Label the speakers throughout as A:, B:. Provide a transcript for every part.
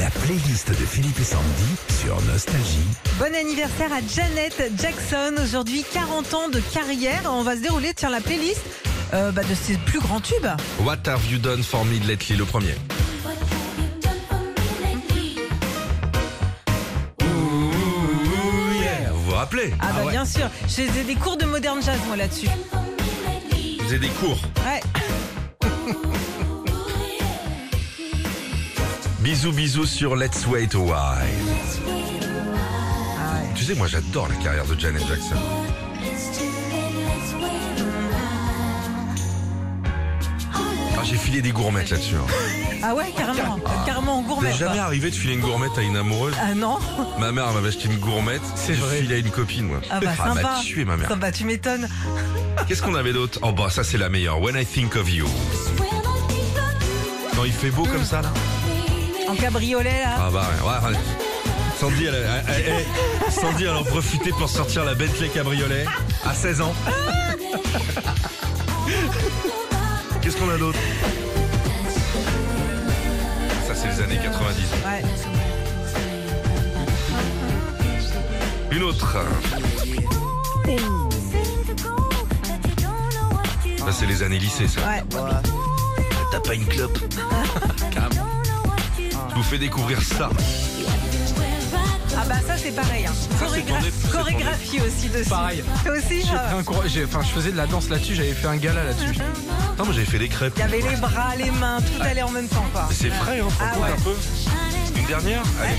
A: La playlist de Philippe et Sandy sur Nostalgie.
B: Bon anniversaire à Janet Jackson. Aujourd'hui, 40 ans de carrière. On va se dérouler sur la playlist euh, bah, de ses plus grands tubes. Ah
C: What have you done for me lately, le premier.
D: What have you done for me lately?
C: Vous vous rappelez
B: Ah, bah
C: ouais.
B: bien sûr. Je faisais des cours de modern jazz, moi, là-dessus.
D: Done for me lately?
C: Vous faisiez des cours.
B: Ouais.
C: Bisous, bisous sur Let's Wait a While.
D: Let's wait a while.
B: Ah
C: Tu sais, moi j'adore la carrière de Janet Jackson.
D: It's too late. Let's wait a
C: Ah, j'ai filé des gourmettes là-dessus. hein.
B: Ah bah, ouais, carrément. Carrément en
C: Vous
B: gourmet.
C: êtes jamais
B: quoi.
C: arrivé de filer une gourmette à une amoureuse
B: Ah non
C: Ma mère elle m'avait acheté une gourmette. C'est
E: vrai.
C: Je filais à une copine, moi.
B: Ah bah
C: elle
B: sympa.
C: m'a tué, ma mère.
B: Sympa, tu m'étonnes.
C: Qu'est-ce qu'on avait d'autre Oh, bah ça, c'est la meilleure. When I think of you.
D: When I think of you,
C: Quand il fait beau comme ça, là
D: baby,
B: En cabriolet, là.
C: Ah bah ouais, ouais, ouais. Sandy, elle, elle- elle- elle- Sandy, elle en profitait pour sortir la Bentley Cabriolet à 16 ans. Qu'est-ce qu'on a d'autre Ça, c'est les années 90.
B: Ouais.
C: Une autre.
D: you seem to go that you don't know what you
C: Ça, c'est les années lycée, ça.
B: Ouais.
C: T'as pas une clope
D: don't know what you
C: Je vous fais découvrir ça.
D: went right
B: Ah bah ça, c'est pareil. hein.
C: Ça, c'est
B: Chorégra-
C: tourné- c'est tourné.
B: Chorégraphie aussi dessus.
E: Pareil.
B: Toi aussi
E: J'ai
B: ah.
E: fait un cours- j'ai- enfin, je faisais de la danse là-dessus, j'avais fait un gala là-dessus.
C: Non, moi, j'avais fait des crêpes.
B: Il y avait les bras, les mains, tout allait en même temps, quoi.
C: C'est frais, hein,
B: Ah ouais.
C: un peu. Une dernière Allez.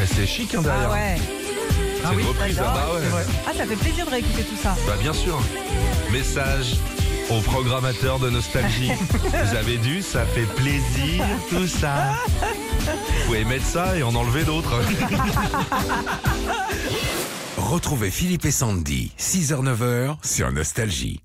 C: Eh, C'est chic, hein, derrière.
B: Ah ouais.
C: C'est
E: Ah
C: une
E: oui,
C: reprise, hein. Bah ouais.
E: C'est vrai.
B: Ah, ça fait plaisir de réécouter tout ça.
C: Bah bien sûr. Message au programmateur de Nostalgie. Vous avez dû, ça fait plaisir tout ça. Vous pouvez mettre ça et en enlever d'autres.
A: Retrouvez Philippe et Sandy, 6h-9h sur Nostalgie.